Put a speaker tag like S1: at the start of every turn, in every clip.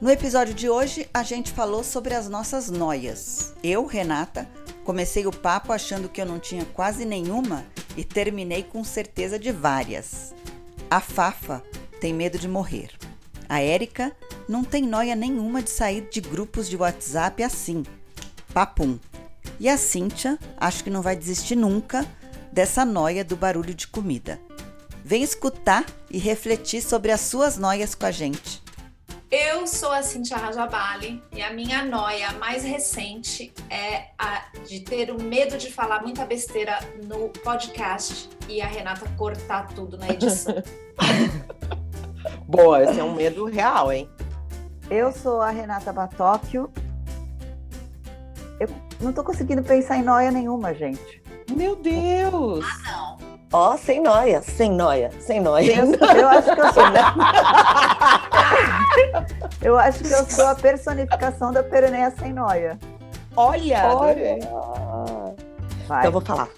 S1: No episódio de hoje, a gente falou sobre as nossas noias. Eu, Renata, comecei o papo achando que eu não tinha quase nenhuma e terminei com certeza de várias. A Fafa tem medo de morrer. A Érica não tem noia nenhuma de sair de grupos de WhatsApp assim. Papum. E a Cíntia acho que não vai desistir nunca dessa noia do barulho de comida. Vem escutar e refletir sobre as suas noias com a gente.
S2: Eu sou a Cintia Rajabali e a minha noia mais recente é a de ter o medo de falar muita besteira no podcast e a Renata cortar tudo na edição.
S3: Boa, esse é um medo real, hein?
S1: Eu sou a Renata Batóquio. Eu não tô conseguindo pensar em noia nenhuma, gente.
S3: Meu Deus!
S2: Não.
S4: Ó, sem noia, sem noia, sem noia.
S1: Eu, eu acho que eu sou. eu acho que eu sou a personificação da peroneia sem noia.
S3: Ah, Olha! adorei.
S1: Vai.
S4: Então eu vou falar.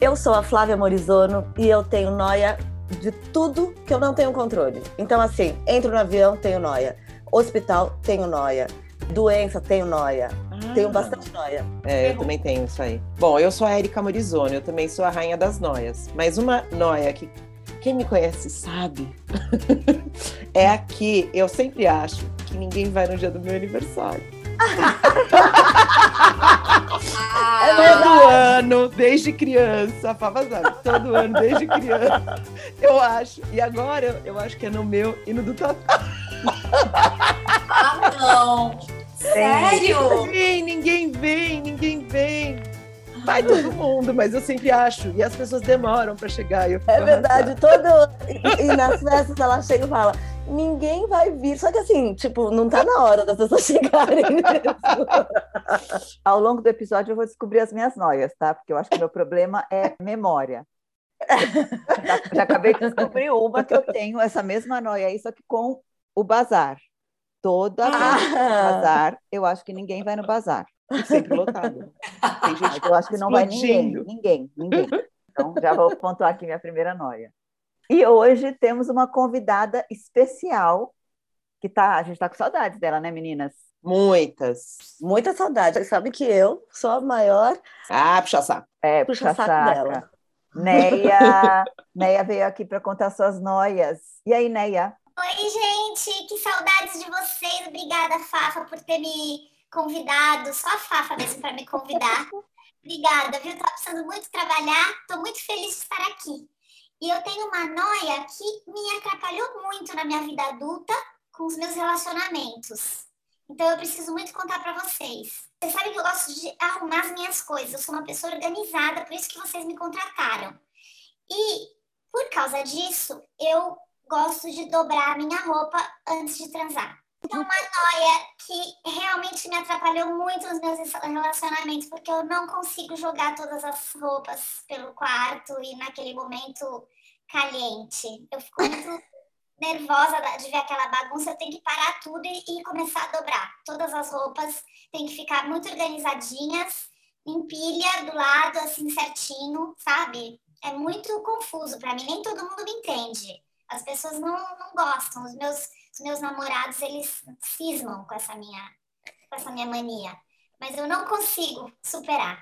S4: Eu sou a Flávia Morizono e eu tenho noia de tudo que eu não tenho controle. Então, assim, entro no avião, tenho noia. Hospital, tenho noia. Doença, tenho noia. Tenho bastante noia.
S3: É, eu também tenho isso aí. Bom, eu sou a Erika Morizono, eu também sou a rainha das noias. Mas uma noia que quem me conhece sabe é a que eu sempre acho que ninguém vai no dia do meu aniversário. É
S2: Ah,
S3: Todo ano, desde criança, a Fafa sabe, todo ano, desde criança, eu acho. E agora eu- eu acho que é no meu e no do Tatu.
S2: ah, não. Sério?
S3: Vem, ninguém vem, ninguém vem. Vai todo mundo, mas eu sempre acho. E as pessoas demoram pra chegar. e eu fico "Ah,
S4: É verdade, todo. E, e nas festas ela chega e fala: ninguém vai vir. Só que assim, tipo, não tá na hora das pessoas chegarem. mesmo.
S1: Ao longo do episódio eu vou descobrir as minhas noias, tá? Porque eu acho que meu problema é memória. já, já acabei de descobrir uma que eu tenho, essa mesma noia aí, só que com o bazar. Toda vez que tem um
S4: Ah,
S1: bazar, eu acho que ninguém vai no bazar.
S3: arrasada. Sempre lotado. Tem gente
S1: Ah, Eu acho que não vai ninguém,
S3: Explodindo.
S1: ninguém, ninguém. Então, já vou pontuar aqui minha primeira noia. E hoje temos uma convidada especial, que tá, a gente tá com saudades dela, né, meninas?
S3: Muitas.
S4: muita saudade. Sabe que eu sou a maior.
S3: Ah, puxa saco.
S1: É,
S4: Puxa
S1: puxa
S4: saco
S1: saca.
S4: dela.
S1: Neia, Neia veio aqui para contar suas noias. E aí, Neia?
S5: Oi, gente, que saudades de vocês. Obrigada, Fafa, por ter me convidado. Só a Fafa mesmo para me convidar. Obrigada, viu? Tava precisando muito trabalhar. Tô muito feliz de estar aqui. E eu tenho uma noia que me atrapalhou muito na minha vida adulta com os meus relacionamentos. Então eu preciso muito contar para vocês. Vocês sabem que eu gosto de arrumar as minhas coisas. Eu sou uma pessoa organizada, por isso que vocês me contrataram. E por causa disso, eu gosto de dobrar a minha roupa antes de transar. Então, uma noia que realmente me atrapalhou muito nos meus relacionamentos, porque eu não consigo jogar todas as roupas pelo quarto e naquele momento caliente. Eu fico muito nervosa da- de ver aquela bagunça, eu tenho que parar tudo e, e começar a dobrar. Todas as roupas têm que ficar muito organizadinhas, em pilha do lado, assim certinho, sabe? É muito confuso para mim, nem todo mundo me entende as pessoas não, não gostam. Os meus, os meus namorados, eles cismam com essa, minha, com essa minha mania. Mas eu não consigo superar.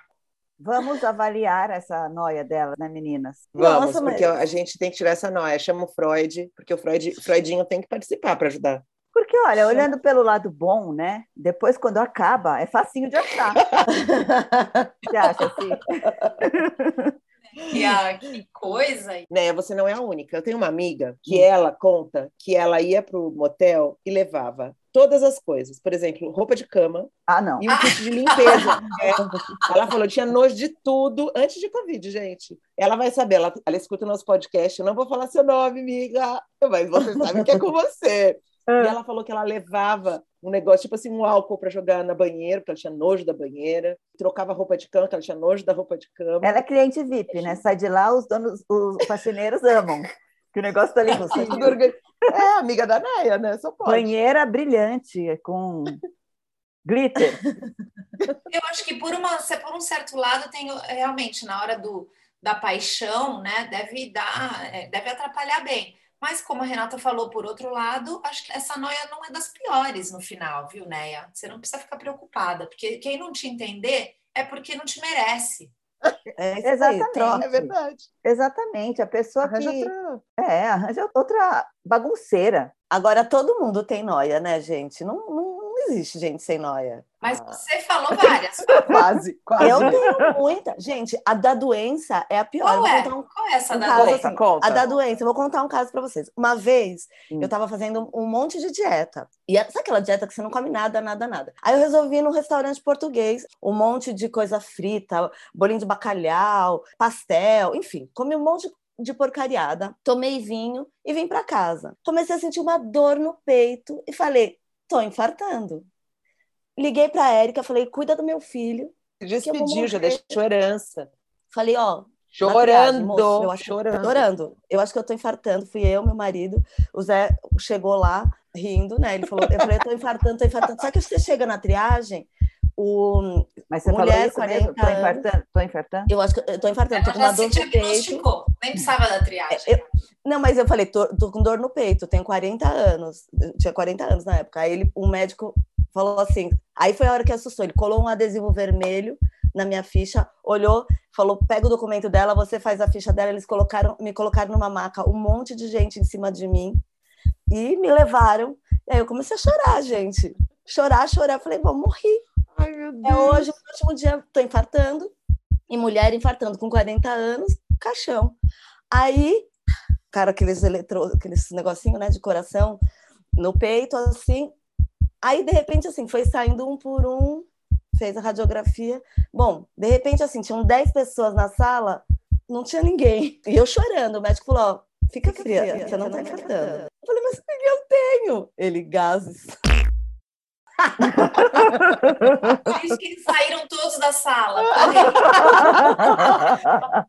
S1: Vamos avaliar essa noia dela, né, meninas?
S3: Vamos,
S4: Nossa,
S3: porque
S4: mas-
S3: a gente tem que tirar essa noia. Chama o Freud, porque o Freud, Freudinho tem que participar pra ajudar.
S1: Porque, olha, olhando pelo lado bom, né? Depois, quando acaba, é facinho de achar. Você acha assim?
S2: Que, ah, que coisa.
S3: Né, você não é a única. Eu tenho uma amiga que ela conta que ela ia pro motel e levava todas as coisas. Por exemplo, roupa de cama,
S1: Ah, não.
S3: E um kit de limpeza. É. Ela falou, tinha nojo de tudo antes de Covid, gente. Ela vai saber, ela, ela escuta o nosso podcast, eu não vou falar seu nome, amiga, mas você sabe que é com você. E ela falou que ela levava um negócio, tipo assim, um álcool para jogar na banheira, porque ela tinha nojo da banheira. Trocava roupa de cama, porque ela tinha nojo da roupa de cama.
S1: Ela é cliente VIP, né? Sai de lá, os donos, os faxineiros amam. Que o negócio tá
S3: Tudo
S1: limpinho.
S3: organ- É, amiga da Naya, né? Só pode.
S1: Banheira brilhante, com glitter.
S2: Eu acho que por, uma, se- por um certo lado tem o- realmente na hora do, da paixão, né? Deve dar, é, deve atrapalhar bem. Mas como a Renata falou, por outro lado, acho que essa noia não é das piores no final, viu, Neia? Você não precisa ficar preocupada, porque quem não te entender é porque não te merece.
S1: É isso aí,
S4: Exatamente.
S1: troca.
S3: É verdade.
S1: Exatamente. A pessoa
S3: Arranja
S1: que.
S3: outra.
S1: É, arranja outra bagunceira.
S4: Agora todo mundo tem noia, né, gente? Não, não, não existe gente sem noia. Ah,
S2: Mas
S3: Ah.
S2: você falou várias.
S3: Quase, quase.
S4: Eu tenho muita. Gente, a da doença é a pior.
S2: Qual
S4: Eu vou
S2: é?
S4: contar um-
S2: Qual é essa
S4: um
S2: da
S4: caso
S2: Lei?
S4: assim,
S3: Conta, conta.
S4: A da doença, eu vou contar um caso pra vocês. Uma vez
S1: Hum.
S4: eu tava fazendo um monte de dieta. E é- sabe aquela dieta que você não come nada, nada, nada? Aí eu resolvi ir num restaurante português, um monte de coisa frita, bolinho de bacalhau, pastel, enfim, comi um monte de porcariada, tomei vinho e vim pra casa. Comecei a sentir uma dor no peito e falei: tô infartando. Liguei pra Érica, falei: cuida do meu filho.
S3: Se
S4: que eu vou
S3: despediu,
S4: morrer.
S3: já deixou herança.
S4: Falei: ó, Maquiagem,
S3: Chorando,
S4: moço, eu acho-
S3: chorando.
S4: Adorando. Eu acho que eu tô infartando. Fui eu, meu marido. O Zé chegou lá rindo, né? Ele falou, eu falei, eu tô infartando, tô infartando. Só que você chega na triagem, o,
S1: Mas você
S4: Mulher,
S1: falou isso mesmo? Tô
S4: 40
S1: infartando? Tô infartando?
S4: eu acho que eu tô infartando, tô
S2: Ela
S4: com uma
S2: já
S4: dor
S2: se
S4: no peito.
S2: diagnosticou, nem precisava da triagem.
S4: É, Não, mas eu falei, tô, tô com dor no peito, tenho 40 anos. Eu tinha 40 anos na época. Aí ele, um médico falou assim, aí foi a hora que assustou. Ele colou um adesivo vermelho na minha ficha, olhou, falou, pega o documento dela, você faz a ficha dela. Eles colocaram, me colocaram numa maca, um monte de gente em cima de mim e me levaram. E aí eu comecei a chorar, gente. Chorar, chorar. Falei, vou morrer.
S3: Ai, meu Deus.
S4: É hoje, o último dia, tô infartando. E mulher infartando com 40 anos, caixão. Aí, cara, aqueles eletro, aqueles negocinho, né, de coração no peito, assim. Aí, de repente, assim, foi saindo um por um, fez a radiografia. Bom, de repente, assim, tinham 10 pessoas na sala, não tinha ninguém. E eu chorando, o médico falou, ó, fica, fria, você não tá infartando. Eu falei, mas que eu tenho? Ele, gases.
S2: Por isso que eles saíram todos da sala. Correto.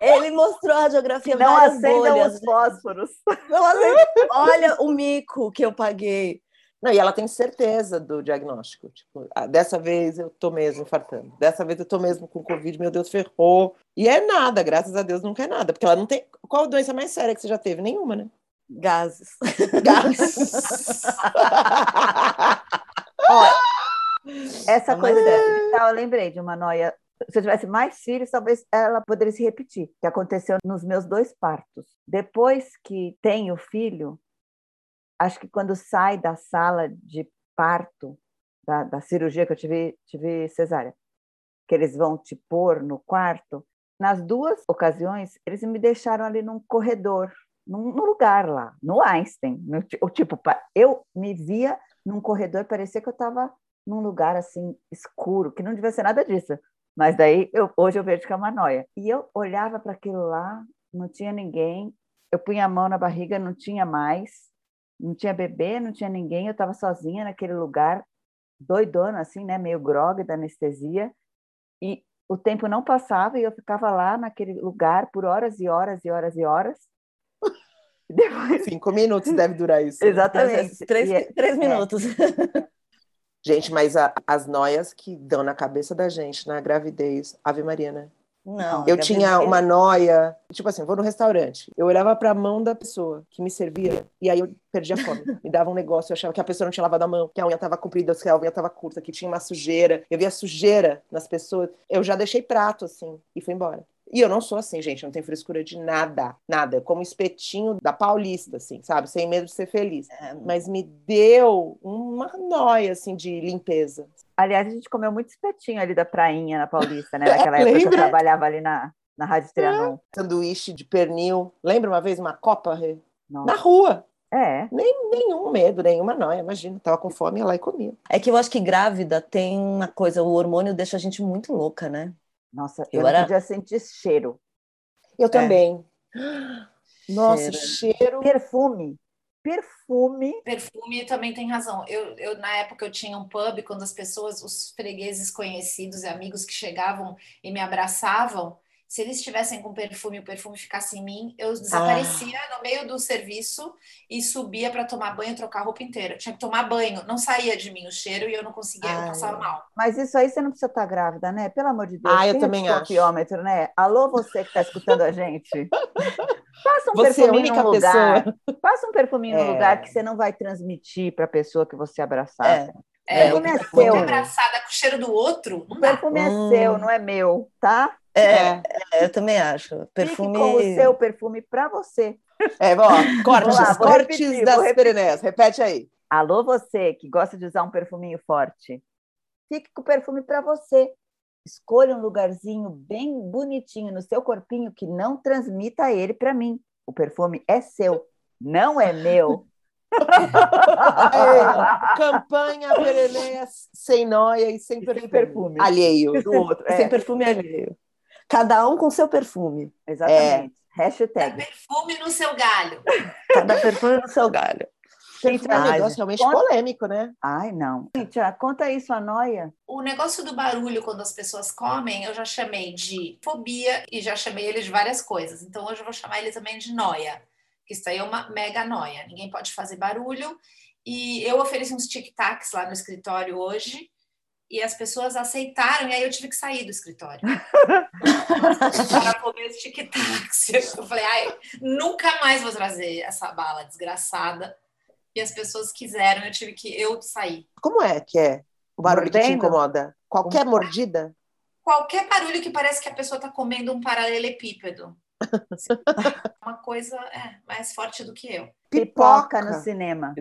S4: Ele mostrou a radiografia,
S1: Não
S4: várias
S1: acendam
S4: bolhas,
S1: os fósforos.
S4: Não, assim, olha o mico que eu paguei.
S3: Não, e ela tem certeza do diagnóstico. Tipo, ah, dessa vez eu tô mesmo infartando. Dessa vez eu tô mesmo com Covid, meu Deus, ferrou. E é nada, graças a Deus nunca é nada. Porque ela não tem. Qual a doença mais séria que você já teve? Nenhuma, né?
S4: Gases.
S1: Essa
S4: Não, mas
S1: coisa do hospital, eu lembrei de uma noia. Se eu tivesse mais filhos, talvez ela poderia se repetir, que aconteceu nos meus dois partos. Depois que tem o filho, acho que quando sai da sala de parto, da, da cirurgia que eu tive, tive cesárea, que eles vão te pôr no quarto, nas duas ocasiões, eles me deixaram ali num corredor, num, num lugar lá, no Einstein. no ti- o tipo, pa- eu me via num corredor, parecia que eu estava num lugar assim escuro, que não devia ser nada disso. Mas daí eu, hoje eu vejo que é uma noia. E eu olhava para aquilo lá, não tinha ninguém. Eu punha a mão na barriga, não tinha mais. Não tinha bebê, não tinha ninguém. Eu estava sozinha naquele lugar, doidona assim, né, meio grogue da anestesia. E o tempo não passava e eu ficava lá naquele lugar por horas e horas e horas e horas. E depois-
S3: Cinco minutos deve durar isso. né?
S1: Exatamente.
S4: Três,
S1: E é-
S4: três minutos.
S3: Gente, mas a- as noias que dão na cabeça da gente na gravidez, Ave Maria, né?
S4: Não.
S3: Eu
S4: Gabriel.
S3: tinha uma noia, tipo assim, vou no restaurante, eu olhava pra mão da pessoa que me servia e aí eu perdia a fome. Me dava um negócio, eu achava que a pessoa não tinha lavado a mão, que a unha tava comprida, que a unha tava curta, que tinha uma sujeira. Eu via sujeira nas pessoas. Eu já deixei prato assim e fui embora. E eu não sou assim, gente, eu não tenho frescura de nada, nada. Eu como espetinho da paulista, assim, sabe? Sem medo de ser feliz.
S4: é,
S3: Mas me deu uma noia, assim, de limpeza.
S1: Aliás, a gente comeu muito espetinho ali da prainha na Paulista, né? Naquela época que eu
S3: Lembra? É.
S1: trabalhava ali na, na Rádio Trianon.
S3: Sanduíche de pernil. Lembra uma vez uma copa, Rê? Na
S1: Nossa.
S3: rua.
S1: É.
S3: Nenhum medo, nenhuma noia, imagina. Tava com fome, ia lá e comia.
S4: É que eu acho que grávida tem uma coisa, o hormônio deixa a gente muito louca, né?
S1: Nossa,
S4: Eu
S1: eu, não
S4: era-
S1: podia sentir cheiro.
S3: Eu também. Nossa,
S4: Cheira.
S3: cheiro.
S1: Perfume. Perfume.
S2: Perfume também tem razão. Eu, eu, na época, eu tinha um pub, quando as pessoas, os fregueses conhecidos e amigos que chegavam e me abraçavam, se eles estivessem com perfume e o perfume ficasse em mim, eu desaparecia no meio do serviço e subia para tomar banho, trocar a roupa inteira. Eu tinha que tomar banho, não saía de mim o cheiro e eu não conseguia, eu
S4: Ai.
S2: passava mal.
S1: Mas isso aí você não precisa estar grávida, né? Pelo amor de Deus.
S3: Ah, eu
S1: Quem
S3: também
S1: é
S3: acho.
S1: psicopiômetro, né? Alô, você que está escutando a tá gente. Passa um
S3: Você é a
S1: perfuminho
S3: única
S1: no lugar. Passa um perfuminho
S3: É.
S1: no lugar que você não vai transmitir para a pessoa que você abraçar.
S4: É.
S2: É,
S1: É,
S2: eu
S1: o que tá
S2: tô
S1: acontecendo.
S2: abraçada com o cheiro do outro, não
S1: O
S2: dá.
S1: perfume
S3: Hum.
S1: é seu, não é meu, tá?
S4: É, é, eu também acho.
S1: Fique
S4: Perfume.
S1: com o seu perfume para você.
S3: É, bom, ó, cortes,
S1: Vou lá, vou
S3: cortes
S1: repetir, vou
S3: das
S1: repetir.
S3: Pirineus. Repete aí.
S1: Alô, você que gosta de usar um perfuminho forte, fique com o perfume para você. Escolha um lugarzinho bem bonitinho no seu corpinho que não transmita ele para mim. O perfume é seu, não é meu. É,
S3: Aê, campanha Pirineus sem noia e sem perfume.
S1: perfume.
S3: Alheio.
S1: Do outro.
S4: Sem
S1: É,
S4: perfume alheio. Cada um com seu perfume.
S1: exatamente.
S2: É
S1: Hashtag.
S2: perfume no seu galho.
S4: Cada perfume no seu galho.
S3: Perfume é um
S4: Ai,
S3: negócio
S4: gente.
S3: realmente
S1: Conta-
S3: polêmico, né?
S1: Ai, não. Cíntia, conta isso, a noia.
S2: O negócio do barulho quando as pessoas comem, eu já chamei de fobia e já chamei ele de várias coisas. Então hoje eu vou chamar ele também de noia. que Isso aí é uma mega noia. Ninguém pode fazer barulho. E eu ofereci uns tic-tacs lá no escritório hoje e as pessoas aceitaram e aí eu tive que sair do escritório. para comer os tic-tacs. Eu falei, ai, nunca mais vou trazer essa bala desgraçada. E as pessoas quiseram, eu tive que eu sair.
S3: Como é que é o barulho que te
S1: Mordendo?
S3: incomoda? Qualquer mordida?
S2: qualquer barulho que parece que a pessoa está comendo um paralelepípedo. Uma coisa é, mais forte do que eu.
S1: Pipoca no cinema.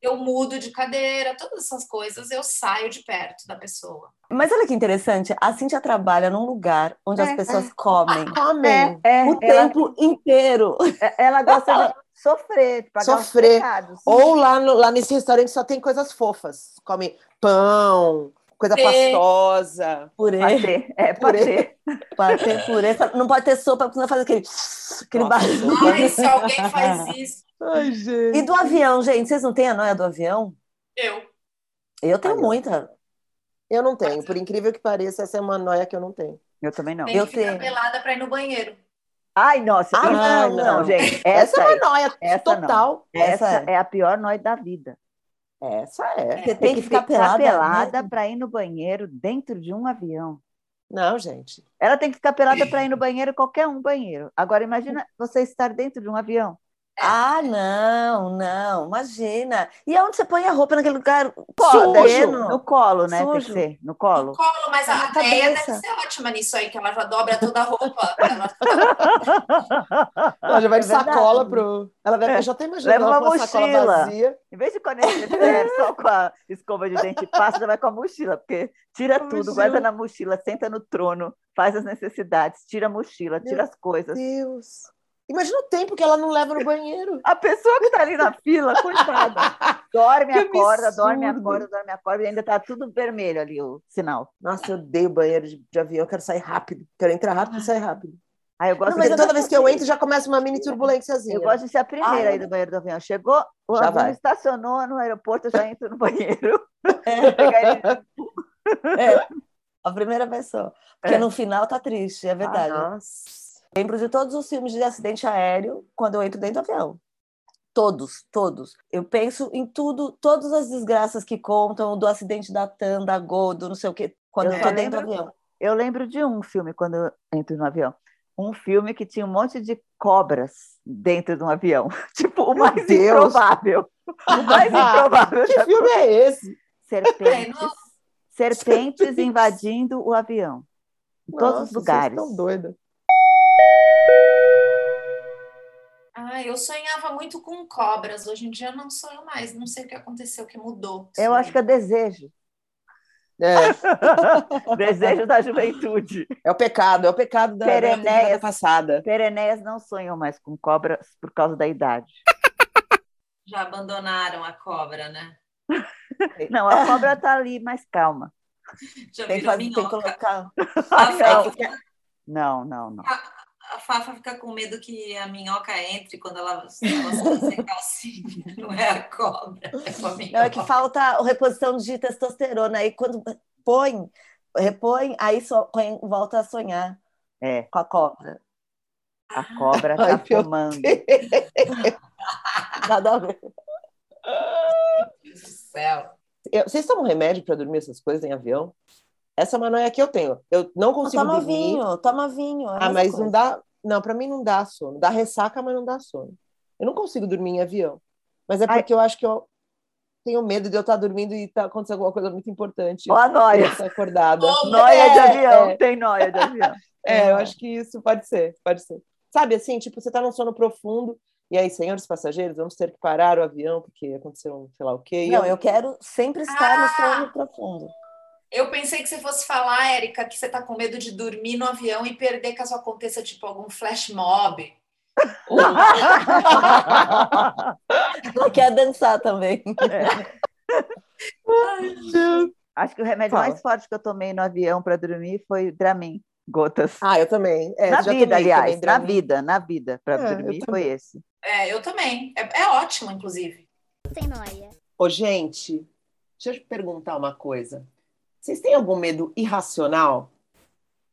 S2: Eu mudo de cadeira, todas essas coisas, eu saio de perto da pessoa.
S4: Mas olha que interessante, a Cintia trabalha num lugar onde
S1: É,
S4: as pessoas comem
S3: Comem.
S1: É,
S4: o
S1: ela,
S4: tempo inteiro.
S1: ela gosta de sofrer, de pagar os
S3: Sofrer.
S1: pecados.
S3: Ou lá, no- lá nesse restaurante só tem coisas fofas. Come pão, coisa
S2: Sim.
S3: pastosa.
S4: Purê,
S1: Patê, é patê.
S4: bater purê. Não pode ter sopa, porque não faz aquele, aquele
S3: Nossa.
S4: barulho.
S2: Ai, se alguém faz isso,
S3: Ai, gente.
S4: E do avião, gente, vocês não têm a noia do avião?
S2: eu.
S4: Eu tenho
S3: Ah, eu-
S4: muita.
S3: Eu não tenho. Por incrível que pareça, essa é uma noia que eu não tenho.
S1: Eu também não.
S2: Tem
S4: Eu
S2: que ficar
S4: tenho.
S2: pelada para ir no banheiro.
S1: Ai, nossa, não,
S4: Ah, não,
S1: não,
S4: não.
S1: gente. Essa,
S3: Essa, é uma noia
S1: essa não.
S3: total.
S1: essa,
S4: essa
S1: é a pior noite da vida.
S3: Essa é.
S4: Você tem que ficar pelada. né?
S1: para ir no banheiro dentro de um avião.
S3: Não, gente.
S1: Ela tem que ficar pelada para ir no banheiro, qualquer um banheiro. Agora imagina você estar dentro de um avião.
S4: Ah, não, não, imagina. E aonde você põe a roupa naquele lugar
S1: Colo,
S4: sereno?
S1: No colo, né? Tem que
S4: Sujo.
S1: ser, no
S2: No
S1: colo.
S2: colo, mas a
S4: Na
S2: Deia deve
S4: cabeça.
S2: ser ótima nisso aí, que ela já dobra toda a roupa. Ela-
S3: Ela já vai
S1: É
S3: de
S1: verdade. É.
S3: sacola pro. Ela vai... Eu já tô imaginando
S1: Leva
S3: ela
S1: uma
S3: com uma sacola
S1: mochila.
S3: vazia.
S1: Em vez de conhecer é só com a escova de dente e pasta, você vai com a mochila, porque tira
S3: Com a
S1: tudo,
S3: mochila.
S1: guarda na mochila, senta no trono, faz as necessidades, tira a mochila, tira as coisas.
S3: Deus. Imagina o tempo que ela não leva no banheiro.
S1: A pessoa que está ali na fila, coitada, dorme,
S3: Que
S1: acorda, dorme,
S3: absurdo.
S1: acorda, dorme, acorda, e ainda está tudo vermelho ali o sinal.
S3: Nossa, eu odeio banheiro de, de avião. Eu quero sair rápido. Quero entrar rápido e sair rápido.
S1: Aí eu gosto,
S4: Não,
S3: Porque
S4: eu
S1: de,
S3: é toda vez que eu entro já começa uma mini turbulênciazinha.
S1: eu gosto de ser a primeira
S4: Ah,
S1: aí do banheiro do avião. Chegou, o
S3: Já
S1: avião
S3: vai.
S1: estacionou no aeroporto, eu já entro no banheiro.
S3: É.
S1: Pegar ele-
S4: A primeira pessoa. Porque
S1: É.
S4: no final tá triste, é verdade.
S3: Ah, nossa.
S4: Lembro de todos os filmes de acidente aéreo quando eu entro dentro do avião. Todos, todos. Eu penso em tudo, todas as desgraças que contam, do acidente da TAM, da Gol, do não sei o quê, quando
S1: Eu
S4: eu, tô
S1: só
S4: dentro do
S1: lembro-
S4: avião.
S1: Eu lembro de um filme quando eu entro no avião. Um filme que tinha um monte de cobras dentro de um avião. Tipo, o mais
S3: Deus!
S1: improvável. O mais improvável.
S3: Que filme é esse?
S1: Serpentes.
S2: Ai, não.
S1: Serpentes invadindo o avião. Em todos os
S3: Nossa,
S1: lugares.
S3: Vocês estão doida.
S2: Ah, eu sonhava muito com cobras. Hoje em dia eu não sonho mais. Não sei o que aconteceu, o que mudou.
S1: Eu acho que é desejo.
S3: É,
S1: Desejo da juventude.
S3: é o pecado, é o pecado da, da
S1: Pereneias.
S3: temporada passada.
S1: Pereneias não sonham mais com cobras por causa da idade.
S2: Já abandonaram a cobra, né?
S1: Não, a cobra está ali mais calma.
S2: Já
S4: Tem que,
S2: virou
S4: fazer, tem que
S2: minhoca. é
S4: colocar.
S2: A
S1: não.
S2: Fafa, fica,
S1: Não, não, não.
S2: a Fafa fica com medo que a minhoca entre quando ela gosta de calcinha. Não é a cobra, é a minhoca.
S4: Não, é que falta a reposição de testosterona. Aí quando põe, repõe, aí só põe- volta a sonhar
S1: É,
S4: com a cobra.
S1: a cobra
S3: Ai,
S1: está
S3: meu
S1: fumando.
S4: Nada a ver.
S2: Meu Deus do céu.
S3: Eu- vocês tomam remédio para dormir essas coisas em avião? Essa é uma noia que eu tenho. Eu não consigo
S4: Toma
S3: dormir.
S4: vinho, toma vinho. é a
S3: Ah,
S4: mesma
S3: mas
S4: coisa.
S3: não dá. Não, para mim não dá sono. Dá ressaca, mas não dá sono. Eu não consigo dormir em avião. Mas é
S1: Ai.
S3: porque eu acho que eu tenho medo de eu estar dormindo e tá acontecer alguma coisa muito importante.
S1: Ó a
S3: Eu
S1: noia.
S3: estar acordada.
S1: Noia de
S3: É,
S1: avião.
S3: é.
S1: Tem noia de avião.
S3: É, eu acho que isso pode ser, pode ser. Sabe assim, tipo, você tá num sono profundo, e aí, senhores passageiros, vamos ter que parar o avião, porque aconteceu um sei lá o quê. E
S4: Não, eu quero sempre estar no
S2: Ah!
S4: sono profundo.
S2: Eu pensei que você fosse falar, Érica, que você tá com medo de dormir no avião e perder caso aconteça, tipo, algum flash mob.
S4: Ela quer dançar também.
S1: É. Acho que o remédio
S3: Fala.
S1: mais forte que eu tomei no avião para dormir foi Dramin, gotas.
S3: Ah, eu também. É,
S1: na
S3: já
S1: vida,
S3: tomei
S1: aliás,
S3: também,
S1: na
S3: Dramin.
S1: vida, na vida para
S3: É, eu
S1: dormir foi
S3: também.
S1: esse.
S2: É, eu também. É, é ótimo, inclusive.
S5: Tem noia.
S3: Ô, gente, deixa eu te perguntar uma coisa. Vocês têm algum medo irracional?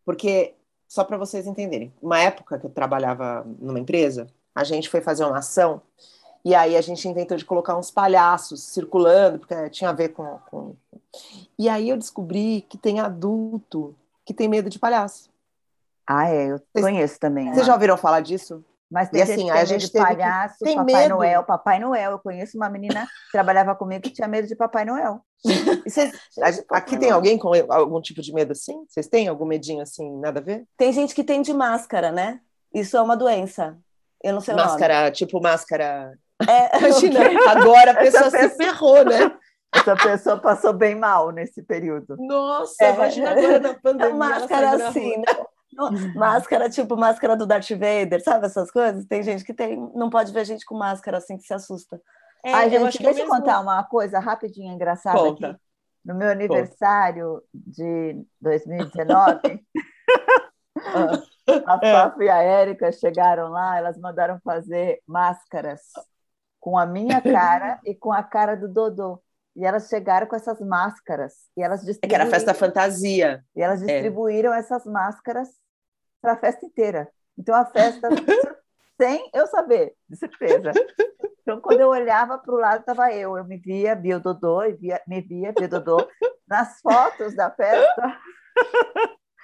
S3: Porque, só para vocês entenderem, uma época que eu trabalhava numa empresa, a gente foi fazer uma ação e aí a gente inventou de colocar uns palhaços circulando, porque tinha a ver com. com- E aí eu descobri que tem adulto que tem medo de palhaço.
S1: Ah, é, eu
S3: Vocês-
S1: conheço também.
S3: Vocês já ouviram falar disso?
S1: Mas tem
S3: E
S1: gente
S3: assim,
S1: que
S3: aí a
S1: tem medo
S3: gente
S1: de
S3: teve que-
S1: palhaço,
S3: tem
S1: Papai
S3: medo.
S1: Noel, Papai Noel. Eu conheço uma menina que trabalhava comigo que tinha medo de Papai Noel.
S3: E vocês- aqui tem alguém com algum tipo de medo assim? Vocês têm algum medinho assim, nada a ver?
S4: Tem gente que tem de máscara, né? Isso é uma doença. Eu não sei o nome.
S3: Máscara, tipo máscara
S4: Então, É,
S3: Imagina, agora
S1: Essa
S3: a pessoa se
S1: peça-
S3: ferrou, né?
S1: Essa pessoa passou bem mal nesse período.
S3: Nossa,
S4: É.
S3: imagina agora na pandemia. ela saindo
S4: máscara
S3: na
S4: assim,
S3: rua.
S4: né? Não, Máscara tipo máscara do Darth Vader, sabe essas coisas? Tem gente que tem, não pode ver gente com máscara assim que se assusta.
S3: É,
S1: Ai,
S3: eu
S1: gente,
S3: acho que é o
S1: deixa eu
S3: mesmo-
S1: contar uma coisa rapidinha, engraçada
S3: Conta.
S1: aqui. No meu aniversário de 2019, a
S3: É.
S1: Fafa e a Érica chegaram lá, elas mandaram fazer máscaras com a minha cara e com a cara do Dodô. E elas chegaram com essas máscaras. E elas
S3: É que era festa
S4: Uhum.
S1: distribuíram.
S3: fantasia.
S1: E elas distribuíram essas máscaras para a festa inteira. Então a festa, sem eu saber, de surpresa. Então, quando eu olhava para o lado, estava eu. Eu me via, via o Dodô, e via, me via, via o Dodô. Nas fotos da festa,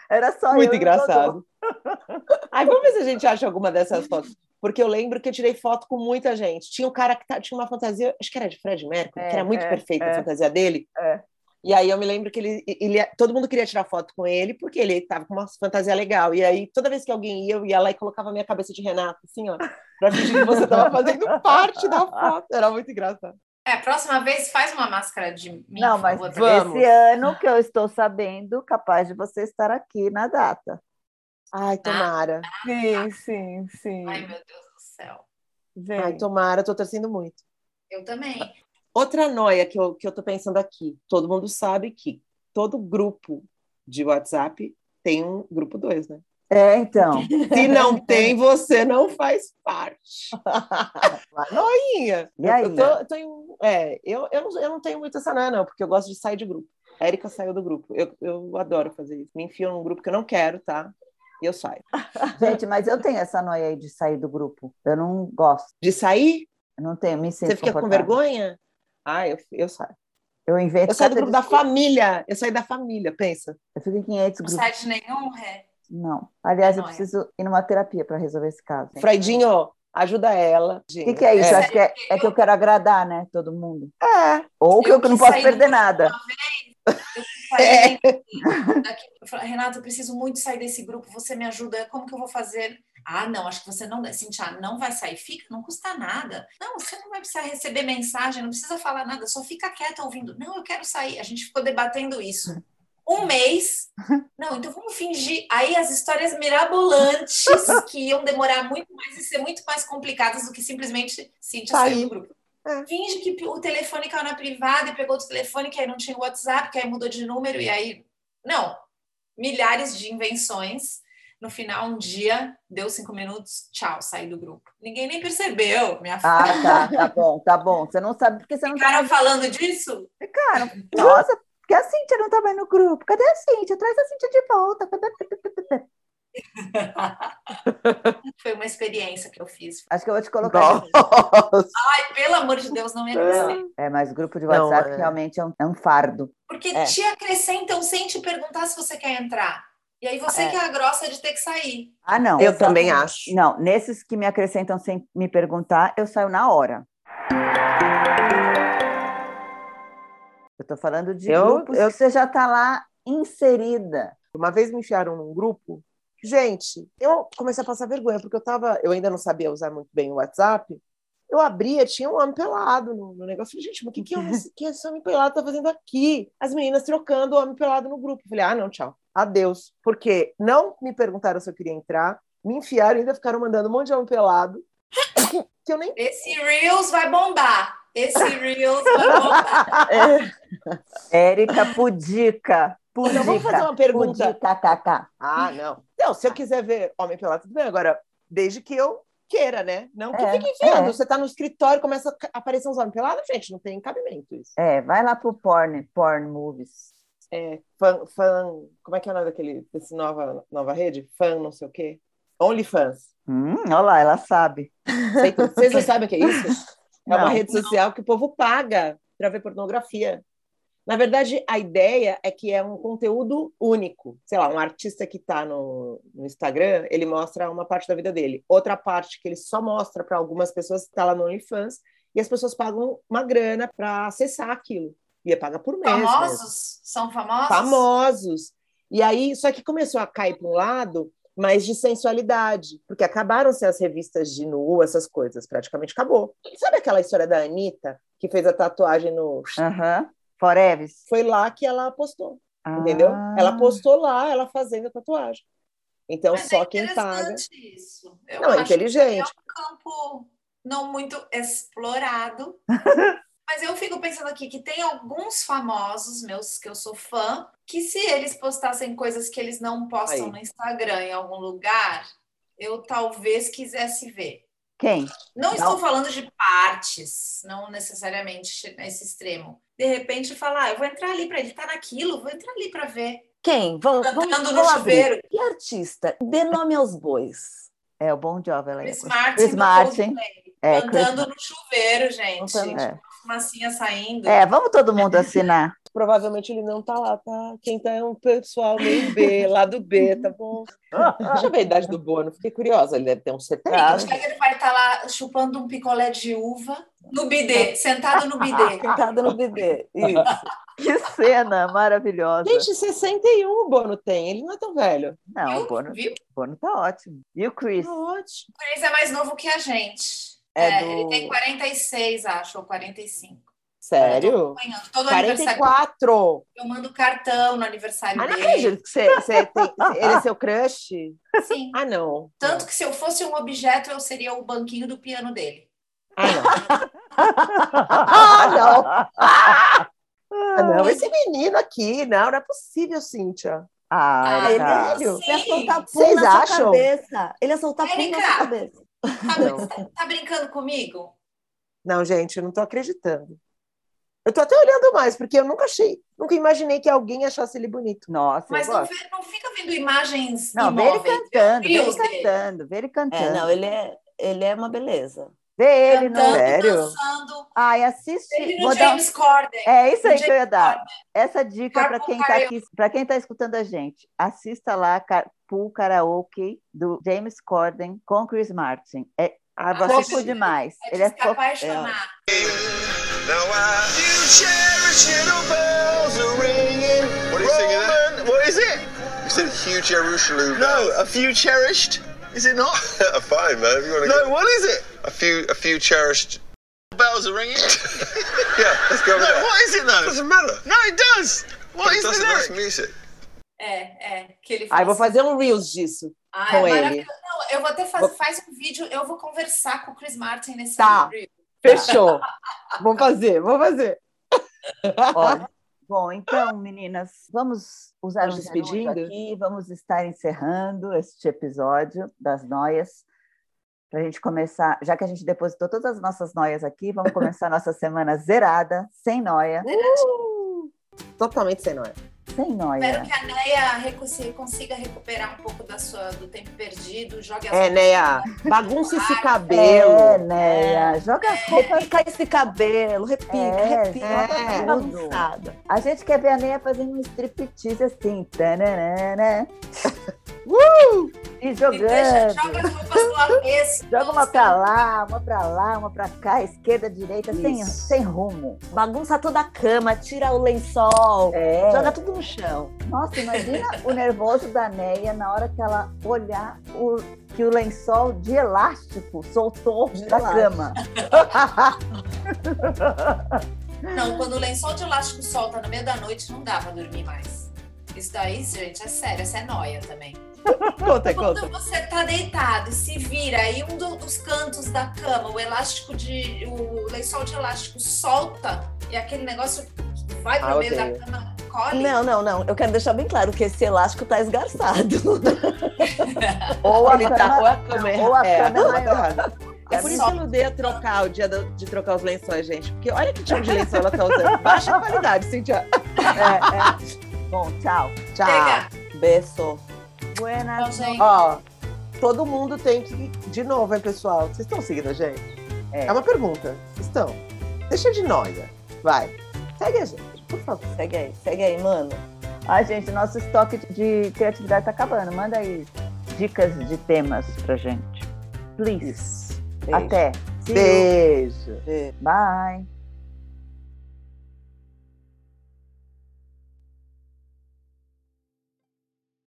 S1: era só eu.
S3: Muito
S1: e o Dodô.
S3: engraçado. Ai, vamos ver se a gente acha alguma dessas fotos. Porque eu lembro que eu tirei foto com muita gente. Tinha um cara que tá- tinha uma fantasia, acho que era de Fred Mercury,
S1: É,
S3: que era muito
S1: é,
S3: perfeita
S1: é.
S3: a fantasia dele.
S1: É.
S3: E aí eu me lembro que ele, ele- todo mundo queria tirar foto com ele, porque ele tava com uma fantasia legal. E aí, toda vez que alguém ia, eu ia lá e colocava a minha cabeça de Renato, assim, ó, pra fingir que você tava fazendo parte da foto. Era muito engraçado.
S2: É, próxima vez faz uma máscara de mim.
S1: Não,
S2: por
S1: mas
S2: favor.
S3: Vamos.
S1: esse ano que eu estou sabendo, capaz de você estar aqui na data.
S3: Ai, tomara.
S6: Sim, sim, sim.
S2: Ai, meu Deus do céu.
S6: Vem.
S3: Ai, tomara, tô torcendo muito.
S2: Eu também.
S3: Outra noia que eu, que eu tô pensando aqui, todo mundo sabe que todo grupo de WhatsApp tem um grupo 2, né?
S1: É, então.
S3: Se não tem, você não faz parte. Uma Noinha!
S1: E aí?
S3: Eu, tô, eu tô em um- é, eu, eu, não, eu não tenho muito essa noia, não, porque eu gosto de sair de grupo. A Erika saiu do grupo. Eu, eu adoro fazer isso. Me enfio num grupo que eu não quero, tá? E eu saio.
S1: Gente, mas eu tenho essa noia aí de sair do grupo. Eu não gosto.
S3: De sair,
S1: Eu não tenho, me sinto
S3: você fica com
S1: confortável.
S3: vergonha? Ah, eu, eu saio.
S1: Eu invento.
S3: Eu saio do
S1: cada
S3: grupo da
S1: desculpa.
S3: família. Eu saio da família, pensa.
S1: Eu fico em 500
S2: Não
S1: grupos.
S2: sai de nenhum, é. Ré.
S1: Não. é. Aliás, eu
S2: Noia.
S1: preciso ir numa terapia para resolver esse caso.
S3: Freudinho, ajuda ela.
S1: O que, que é isso?
S3: É.
S1: Acho que é, é que eu quero agradar, né? Todo mundo.
S3: É,
S1: Ou que
S2: Eu
S1: eu, que não
S2: que
S1: posso
S2: saí
S1: perder
S2: do-
S1: nada.
S2: Falei daqui- eu falei, Renato, eu preciso muito sair desse grupo. Você me ajuda? Como que eu vou fazer? Ah, não, acho que você não. Cintia, não vai sair. Fica, não custa nada. Não, você não vai precisar receber mensagem, não precisa falar nada, só fica quieto ouvindo. Não, eu quero sair. A gente ficou debatendo isso. Um mês. Não, então vamos fingir. Aí as histórias mirabolantes que iam demorar muito mais e ser muito mais complicadas do que simplesmente Cintia
S3: Tá
S2: saiu
S3: aí.
S2: do grupo.
S3: É.
S2: Finge que o telefone caiu na privada e pegou outro telefone, que aí não tinha o WhatsApp, que aí mudou de número, e aí. Não. Milhares de invenções. No final, um dia, deu cinco minutos, tchau, saí do grupo. Ninguém nem percebeu. Minha
S1: Ah,
S2: filha.
S1: tá, tá bom, tá bom. Você não sabe porque você não tá.
S2: Ficaram falando disso?
S1: Cara, nossa, porque a Cíntia não tá mais no grupo. Cadê a Cíntia? Traz a Cíntia de volta.
S2: Foi uma experiência que eu fiz.
S1: Acho que eu vou te colocar.
S3: Nossa.
S2: Ai, pelo amor de Deus, não ia
S3: Ah.
S2: crescer.
S1: É, mas grupo de
S3: Não,
S1: WhatsApp
S3: é.
S1: realmente é um, é um fardo.
S2: Porque
S3: É.
S2: te acrescentam sem te perguntar se você quer entrar. E aí você
S1: É.
S2: que é a grossa de ter que sair.
S1: Ah, não.
S3: Eu também acho.
S1: Não, nesses que me acrescentam sem me perguntar, eu saio na hora. Eu tô falando de
S3: Eu-
S1: grupos
S3: eu-
S1: que você já tá lá inserida.
S3: Uma vez me enfiaram num grupo, gente, eu comecei a passar vergonha, porque eu tava, eu ainda não sabia usar muito bem o WhatsApp. Eu abria, tinha um homem pelado no, no negócio. Eu falei, gente, mas o que, que, é
S1: Uhum.
S3: esse, que esse homem pelado tá fazendo aqui? As meninas trocando o homem pelado no grupo. Eu falei, ah, não, tchau. Adeus. Porque não me perguntaram se eu queria entrar, me enfiaram e ainda ficaram mandando um monte de homem pelado. Que eu nem.
S2: Esse Reels vai bombar. Esse Reels vai bombar.
S1: Érica Pudica. Pudica.
S3: Então, vamos fazer uma pergunta.
S1: Pudica, tá, tá.
S3: Ah, não. Não, se eu quiser ver homem pelado, tudo bem. Agora, desde que eu queira, né? Não que
S1: É,
S3: fique enfiando.
S1: é.
S3: Você tá no escritório, começa a ca- aparecer uns homens pelados, gente, não tem cabimento isso.
S1: É, vai lá pro porn, porn movies.
S3: É, fã, fã, como é que é o nome daquele, desse nova, nova rede? Fã não sei o quê. OnlyFans.
S1: Hum, olha lá, ela sabe.
S3: Sei tudo. Vocês não sabem o que é isso? É uma
S1: Não.
S3: rede social que o povo paga para ver pornografia. Na verdade, a ideia é que é um conteúdo único. Sei lá, um artista que está no, no Instagram, ele mostra uma parte da vida dele. Outra parte que ele só mostra para algumas pessoas está lá no OnlyFans e as pessoas pagam uma grana para acessar aquilo. E é paga por mês. mesmo
S2: Famosos? São famosos?
S3: famosos. E aí, só que começou a cair para um lado mais de sensualidade, porque acabaram-se as revistas de nu, essas coisas, praticamente acabou. Sabe aquela história da Anitta, que fez a tatuagem no.
S1: Aham. Forever.
S3: Foi lá que ela postou, entendeu?
S1: Ah,
S3: Ela postou lá, ela fazendo a tatuagem. Então,
S2: Mas
S3: só
S2: é
S3: quem paga.
S2: interessante Isso. Eu
S3: Não, é
S2: acho que
S3: inteligente.
S2: um campo não muito explorado. Mas eu fico pensando aqui que tem alguns famosos meus que eu sou fã, que se eles postassem coisas que eles não postam
S3: Aí.
S2: no Instagram em algum lugar, eu talvez quisesse ver.
S1: Quem?
S2: Não,
S1: Não.
S2: estou falando de partes, não necessariamente nesse extremo. De repente falar, ah, eu vou entrar ali para ele tá naquilo, vou entrar ali para ver.
S4: Quem? Vamos, vamos,
S2: Cantando Tá no
S4: vamos abrir.
S2: chuveiro,
S4: Que artista? Dê nome aos bois.
S1: É o Bon Jovi, ela ia
S2: Chris
S1: gostar.
S2: Martin,
S1: Chris
S2: do
S1: Martin. É, Chris
S2: Andando no chuveiro, gente.
S3: Andando.
S1: É.
S2: Fumacinha saindo.
S1: É, vamos todo mundo assinar.
S3: Provavelmente ele não tá lá, tá? Quem tá é um pessoal meio B, lá do B, tá bom? Deixa eu ver a idade do Bono, fiquei curiosa, ele deve ter uns 70.
S2: Amiga, acho é que ele vai estar lá chupando um picolé de uva no bidê, sentado no bidê.
S4: Cantada no tá bebê. Isso.
S1: Que cena maravilhosa.
S3: Gente, 61 o Bono tem, ele não é tão velho.
S1: Não, o Bono,
S2: Viu?
S1: o Bono tá ótimo. E o Chris?
S3: Tá ótimo.
S2: O Chris é mais novo que a gente.
S4: É
S2: É,
S4: do-
S2: Ele tem 46, acho, ou 45.
S3: Sério?
S2: Amanhã, Todo aniversário
S3: 44!
S2: eu mando cartão no aniversário
S3: Ah, não
S2: dele.
S3: acredito que você, você tem, ele é seu crush?
S2: Sim.
S3: Ah, não.
S2: Tanto que se eu fosse um objeto, eu seria o banquinho do piano dele.
S3: Ah, não. Ah, não. Ah, não. Esse menino aqui, não, não é possível, Cíntia.
S1: Ah,
S2: Ah,
S1: tá.
S2: ele-
S4: Ele ia soltar pum
S3: Vocês
S4: na sua
S3: acham?
S4: cabeça. Ele ia soltar pum na
S2: Érica!
S4: sua cabeça.
S2: Tá,
S3: Não.
S2: brin- tá brincando comigo?
S3: Não, gente, eu não tô acreditando. Eu tô até olhando mais, porque eu nunca achei, nunca imaginei que alguém achasse ele bonito.
S1: Nossa,
S2: Mas
S1: eu
S2: não,
S1: gosto.
S2: vê- não fica vendo imagens
S1: Não, vê ele
S2: imóveis.
S1: cantando, vê ele
S2: Reels dele.
S1: cantando, vê ele
S4: É,
S1: cantando.
S4: não, ele é, ele é uma beleza.
S1: Vê ele,
S2: cantando,
S1: não.
S3: Sério?
S2: dançando.
S1: Ai, assiste.
S2: Ele no
S1: Vou dar...
S2: James Corden.
S1: É isso aí
S2: No
S1: que eu ia dar.
S2: James
S1: Essa dica para
S2: Carpool
S1: quem tá aqui, para quem tá escutando a gente, assista lá Carpool Karaoke do James Corden com Chris Martin. É
S3: Ah, vou
S2: Nossa,
S3: assistir.
S1: fofo demais.
S2: É de
S1: Ele é
S2: se
S1: fofo.
S2: apaixonar.
S7: Now I you cherish little bells are ringing. What are you singing there? What is it? You said huge Jerusalem. No, a few cherished. Is it not? Fine, man. If you want to no, what is it? A few, a few cherished. Bells are ringing. yeah, let's go. no, what is it though? Doesn't matter. No, it does. What is it? the lyric? music.
S2: É, é. Que ele
S3: Ah,
S2: faz.
S3: eu vou fazer um Reels disso.
S2: Ah,
S3: com
S2: é
S3: ele.
S2: maravilhoso. Não, eu vou até fazer. Faz um vídeo, eu vou conversar com o Chris Martin nesse
S3: Tá.
S2: vídeo.
S3: Fechou. vou fazer, vou fazer.
S1: Ó, bom, então, meninas, vamos usar
S3: Vamos
S1: os minutos
S3: despedindo?
S1: aqui, vamos estar encerrando este episódio das noias. Para a gente começar, já que a gente depositou todas as nossas noias aqui, vamos começar nossa semana zerada, sem noia,
S3: Totalmente sem noia.
S1: sem noia.
S2: Espero que a Neia recu- se- consiga recuperar um pouco da sua, do tempo perdido, jogue as
S3: É, Neia, bagunça esse
S1: É,
S3: cabelo.
S1: né? Joga as roupas.
S4: Roupa, cai esse cabelo, repica,
S1: É,
S4: repica.
S3: é.
S4: ela tá toda bagunçada.
S1: A gente quer ver a Neia fazendo um striptease assim. Tananana. E
S2: Me deixa,
S1: jogando.
S2: joga as roupas do avesso.
S1: Joga uma pra lá, uma pra lá, uma pra cá, esquerda, direita, sem,
S8: Isso.
S1: sem rumo.
S4: Bagunça toda a cama, tira o lençol,
S1: É.
S4: joga tudo no chão.
S1: Nossa, imagina o nervoso da Neia na hora que ela olhar o, que o lençol de elástico soltou
S4: De
S1: da
S4: elástico.
S1: cama.
S2: Não, quando o lençol de elástico solta no meio da noite, não dá pra dormir mais. Isso daí, gente, é sério, essa é noia também.
S3: Conta,
S2: Quando
S3: conta.
S2: você tá deitado e se vira e um do- dos cantos da cama, o elástico de. o lençol de elástico solta e aquele negócio vai pro
S3: Ah,
S2: meio
S3: odeio.
S2: da cama, colhe.
S4: Não, não, não. Eu quero deixar bem claro que esse elástico tá esgarçado.
S1: Ou a
S3: Ele tá ou
S1: cama,
S3: a cama é-
S1: ou a
S3: é,
S1: cama é
S3: tá
S1: maior.
S3: errada. É por isso que eu não dei a trocar o dia do- de trocar os lençóis, gente. Porque olha que tipo de lençol ela tá usando. Baixa qualidade, Cintia.
S1: É, é. Bom, tchau.
S3: Tchau.
S2: Pega.
S3: Beijo.
S2: Bom,
S1: Buenas
S2: Então, gente,
S3: Ó, todo mundo tem que. De novo, hein, pessoal? Vocês estão seguindo a gente?
S1: É.
S3: É, uma pergunta. Estão. Deixa de noia. Vai. Segue a gente, por favor.
S4: Segue aí, segue aí, mano.
S1: Ai, gente, nosso estoque de criatividade tá acabando. Manda aí dicas de temas pra gente. Please.
S3: Isso.
S1: Até. See you.
S3: Beijo.
S1: Bye.